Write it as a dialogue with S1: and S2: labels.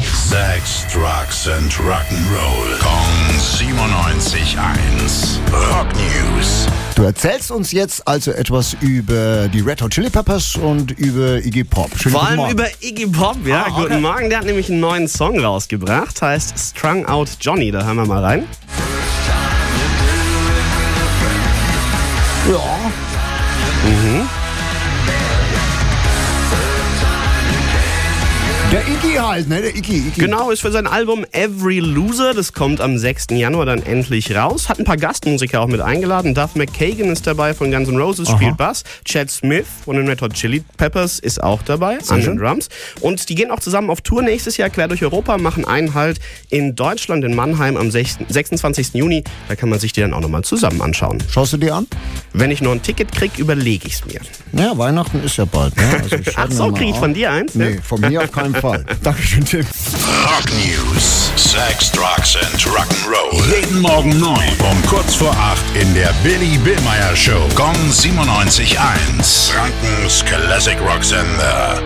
S1: Sex, Drugs and Rock'n'Roll. Kong 97.1. Rock News.
S2: Du erzählst uns jetzt also etwas über die Red Hot Chili Peppers und über Iggy Pop. Schönen
S3: Vor
S2: guten
S3: allem
S2: Morgen.
S3: über Iggy Pop, ja.
S2: Ah, okay.
S3: Guten Morgen, der hat nämlich einen neuen Song rausgebracht, heißt Strung Out Johnny. Da hören wir mal rein.
S2: ja. Der Iggy halt, ne? Der Iggy, Iggy.
S3: Genau, ist für sein Album Every Loser. Das kommt am 6. Januar dann endlich raus. Hat ein paar Gastmusiker auch mit eingeladen. Duff McKagan ist dabei von Guns N' Roses, spielt Bass. Chad Smith von den Red Hot Chili Peppers ist auch dabei an den Drums. Und die gehen auch zusammen auf Tour nächstes Jahr quer durch Europa, machen einen Halt in Deutschland, in Mannheim am 6. 26. Juni. Da kann man sich die dann auch nochmal zusammen anschauen.
S2: Schaust du dir an?
S3: Wenn ich noch ein Ticket krieg, überlege ich's mir.
S2: Ja, Weihnachten ist ja bald, ne? Also ich
S3: Ach
S2: schau
S3: so,
S2: mir mal
S3: krieg ich
S2: an.
S3: von dir eins?
S2: Nee,
S3: Ne?
S2: von mir auf keinen Fall. Dankeschön, Tim.
S1: Rock News. Sex, Drugs and Rock'n'Roll. Jeden Morgen 9 um kurz vor 8 in der Billy Billmeyer Show. Gong 97.1. Frankens Classic Rock Sender.